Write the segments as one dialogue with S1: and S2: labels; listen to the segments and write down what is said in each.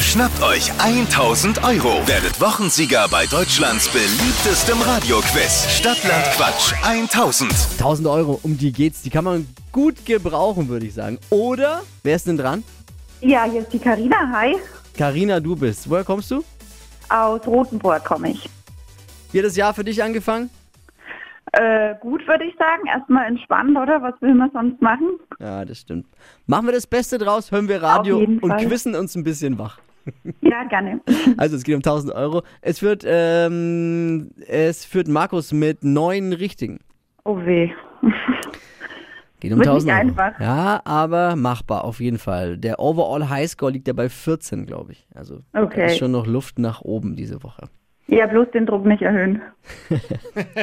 S1: Schnappt euch 1000 Euro. Werdet Wochensieger bei Deutschlands beliebtestem Radioquiz. Stadtland Quatsch 1000.
S2: 1000 Euro, um die geht's. Die kann man gut gebrauchen, würde ich sagen. Oder, wer ist denn dran?
S3: Ja, hier ist die Karina. Hi.
S2: Karina, du bist. Woher kommst du?
S3: Aus Rothenburg komme ich.
S2: Wie hat das Jahr für dich angefangen?
S3: Äh, gut, würde ich sagen. Erstmal entspannt, oder? Was will man sonst machen?
S2: Ja, das stimmt. Machen wir das Beste draus, hören wir Radio
S3: jeden
S2: und
S3: Fall.
S2: quissen uns ein bisschen wach.
S3: Ja, gerne.
S2: Also es geht um 1000 Euro. Es führt, ähm, es führt Markus mit neun Richtigen.
S3: Oh weh.
S2: Geht um
S3: Wird
S2: 1000
S3: nicht
S2: Euro.
S3: einfach.
S2: Ja, aber machbar auf jeden Fall. Der Overall Highscore liegt ja bei 14, glaube ich. Also da
S3: Okay.
S2: ist schon noch Luft nach oben diese Woche.
S3: Ja, bloß den Druck nicht erhöhen.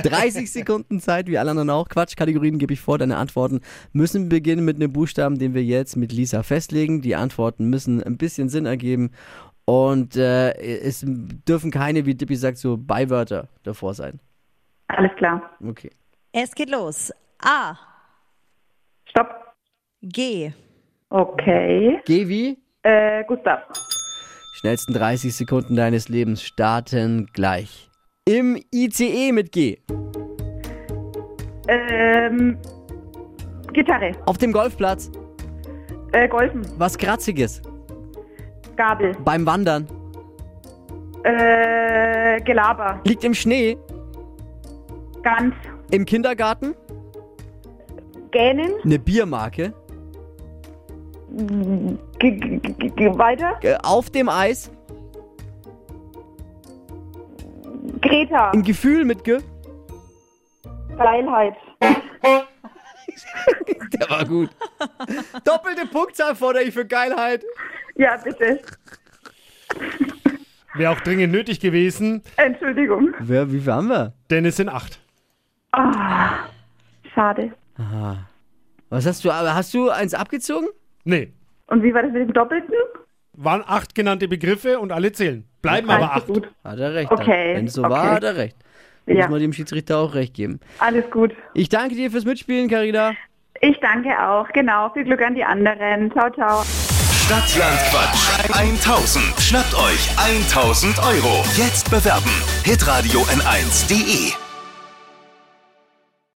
S2: 30 Sekunden Zeit, wie alle anderen auch. Quatschkategorien gebe ich vor. Deine Antworten müssen beginnen mit einem Buchstaben, den wir jetzt mit Lisa festlegen. Die Antworten müssen ein bisschen Sinn ergeben. Und äh, es dürfen keine, wie Dippy sagt, so Beiwörter davor sein.
S3: Alles klar.
S2: Okay.
S4: Es geht los. A,
S3: Stopp.
S4: G,
S3: Okay.
S2: Geh wie?
S3: Äh, Gustav.
S2: Schnellsten 30 Sekunden deines Lebens starten gleich. Im ICE mit G.
S3: Ähm, Gitarre.
S2: Auf dem Golfplatz.
S3: Äh, Golfen.
S2: Was Kratziges.
S3: Gabel.
S2: Beim Wandern.
S3: Äh, Gelaber.
S2: Liegt im Schnee.
S3: Ganz.
S2: Im Kindergarten.
S3: Gähnen.
S2: Eine Biermarke.
S3: G -g -g -g weiter.
S2: Äh, Auf dem Eis.
S3: Greta.
S2: Im Gefühl mit G.
S3: Geilheit.
S2: Der war gut. Doppelte Punktzahl fordere ich für Geilheit.
S3: Ja, bitte.
S5: Wäre auch dringend nötig gewesen,
S3: Entschuldigung.
S2: Wer, wie viel haben wir?
S5: denn es sind acht.
S3: Ah, Schade.
S2: Was hast du? Aber hast du eins abgezogen?
S5: Nee,
S3: Und wie war das mit dem Doppelten?
S5: waren acht genannte Begriffe und alle zählen. Bleiben aber
S3: Alles
S5: acht.
S3: gut.
S2: Hat er recht.
S3: Okay,
S2: Wenn es so
S3: okay.
S2: war, hat er recht.
S3: Ja.
S2: Muss man dem Schiedsrichter auch recht geben.
S3: Alles gut.
S2: Ich danke dir fürs Mitspielen, Carina.
S3: Ich danke auch. Genau. Viel Glück an die anderen. Ciao, ciao.
S1: Stadtland Quatsch 1000. Schnappt euch 1000 Euro. Jetzt bewerben. Hitradio N1.de.